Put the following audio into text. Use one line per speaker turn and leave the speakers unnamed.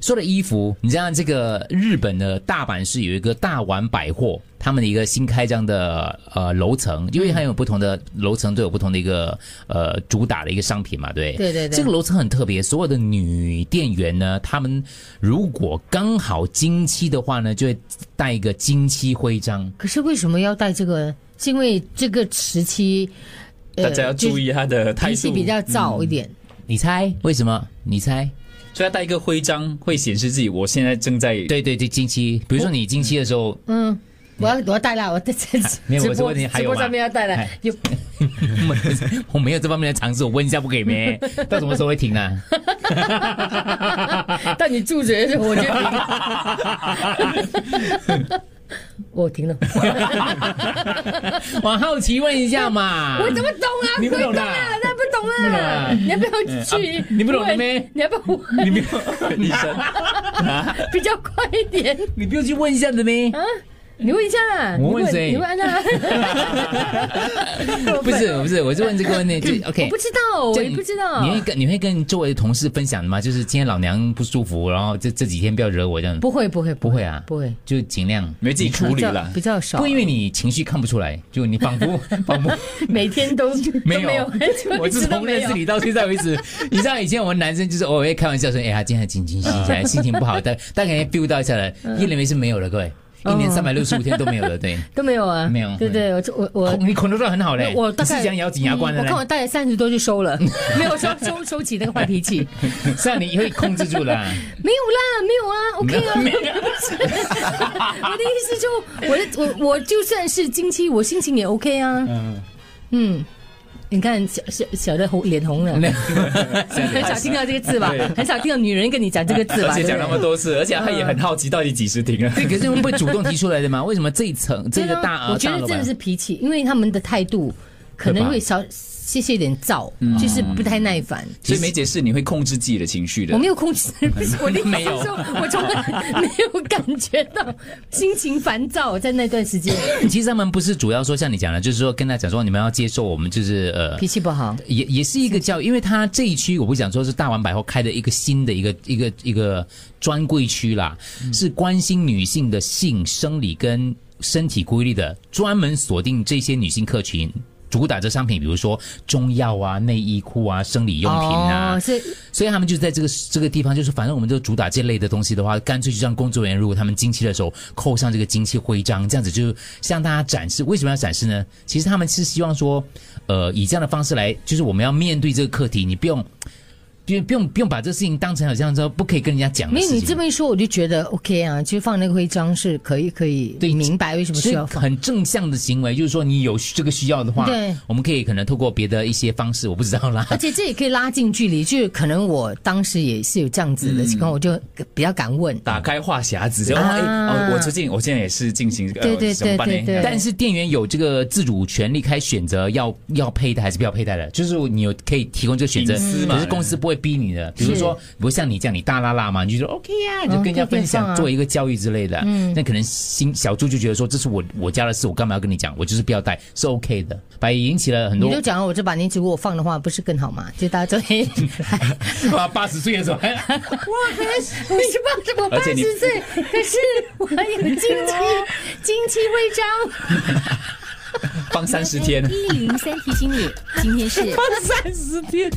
说的衣服，你知道这个日本的大阪市有一个大丸百货，他们的一个新开张的呃楼层，因为它有不同的楼层都有不同的一个呃主打的一个商品嘛，对。
对对对
这个楼层很特别，所有的女店员呢，她们如果刚好经期的话呢，就会带一个经期徽章。
可是为什么要戴这个？是因为这个时期，呃
大家要注意他的
就
态
脾
度嗯
气。比较躁一点。
你猜为什么？你猜？
所以他带一个徽章，会显示自己我现在正在
对对对，经期，比如说你经期的时 候，
嗯，我要我要戴了，我在在
没有
直
我是
播
问你还
直
有吗
播上面要戴了
哎，
有
我 我没有这方面的常识，我问一下不给咩？到什么时候会停啊？
但你住嘴的时候我就停了，我停了，
我好奇问一下嘛。
我怎么懂啊？
你不懂的
啊？那不懂啊？你要不要去？
你不懂的
问
咩？
你要不要问？
你没有女生，
比较快一点
你不用去问一下的咩？
啊？你问一下啊，
我
你
问谁
你问安啊 娜，
不是不是，我是问这个问题， 就 OK
我不。知道，我
这
也
你
不知道
你。会跟你会跟周围的同事分享的吗？就是今天老娘不舒服，然后这这几天不要惹我这样，
不会不会
不会啊
不会，
就尽量
没自己处
比
理
较
了
比。较少，
不，因为你情绪看不出来，就你仿 佛仿佛
每天都都
没
没
有
有，就。
我
一直
自
都
从认
没有
识你到现在为止，你知道以前我们男生就是偶尔会开玩笑说，哎呀，今天心情心情心情不好，但但可能 feel 到一下了，
嗯
一年没是没有了，各位，一年
哦
三百六十五天都没有了，对，
都没有啊，
没有
对对，我我我
你 control 得很好嘞，
我大
你是
概
想咬紧牙关的
嗯我
嘞
看，我大概三十多就收了，没有收收收起那个坏脾气，
这啊样你会控制住 了。
没有啦，没有啊，OK 啊。
没有
我的意思就，我的我我就算是经期，我心情也 OK 啊。嗯你看小小小的红脸红了，很少听到这个字吧
对？
很少听到女人跟你讲这个字
而
吧？
且讲那么
对不对嗯
多次，而且他也很好奇到底几时停了。
对，可是我们不主动提出来的嘛？为什么这一层这个
对啊
大
我觉 得真的是脾气，因为他们的态度可能
会吧嗯
会少些些点躁，就是不太耐烦。
所以梅姐是你会控制自己的情绪的
我。没有控制， 不是我的意思
没
是
有
说，我从来没有感觉到心情烦躁，在那段时间
其实他们不是主要说像你讲的，就是说跟他讲说你们要接受我们就是呃
脾气 不好。
也也是一个教育，因为它这一区我不想说是大丸百货开的一个新的一个一个一个专柜区啦，是关心女性的性生理跟身体规律的，专门锁定这些女性客群。主打这商品，比如说中药啊、内衣裤啊、生理用品啊，
哦，是
所以他们就在这个这个地方，就是反正我们都主打这类的东西的话，干脆就让工作人员如果他们经期的时候扣上这个经期徽章，这样子就向大家展示。为什么要展示呢？其实他们是希望说，呃，以这样的方式来，就是我们要面对这个课题，你不用。不用不用不用把这事情当成好像说不可以跟人家讲的
没
事
有
情。
你这么一说，我就觉得 OK 啊，就放那个徽章是可以可以
对
明白为什么
所
需
以
要放。
很正向的行为，就是说你有这个需要的话，
对
我们可以可能透过别的一些方式，我不知道啦。
而且这也可以拉近距离，就是可能我当时也是有这样子的情
嗯
况，我就比较敢问。
打开话匣子，就
啊
哎、哦，我最近我现在也是进行呃
对对
怎么办呢
对对 对
但是店员有这个自主权利，可以选择要要佩戴还是不要佩戴的，就是你有可以提供这个选择
隐私，嘛
可是公司不会逼你的。比如说，比如像你这样，你大拉拉嘛，你就说 OK 呀、你就跟人家分
可以放
享，
啊
做一个教育之类的。嗯，那可能新小猪就觉得说，这是我我家的事，我干嘛要跟你讲？我就是不要戴，是 OK 的，把引起了很
你
多
就。讲了我这把年纪，如果我放的话，不是更好吗？就大家就嘿，
八八十岁的时候，哎
我是八十，我八
而且
十
你
岁，可是我还有经 期经期徽章。哎
放三十天。
一零三提醒你，今天是
三十天。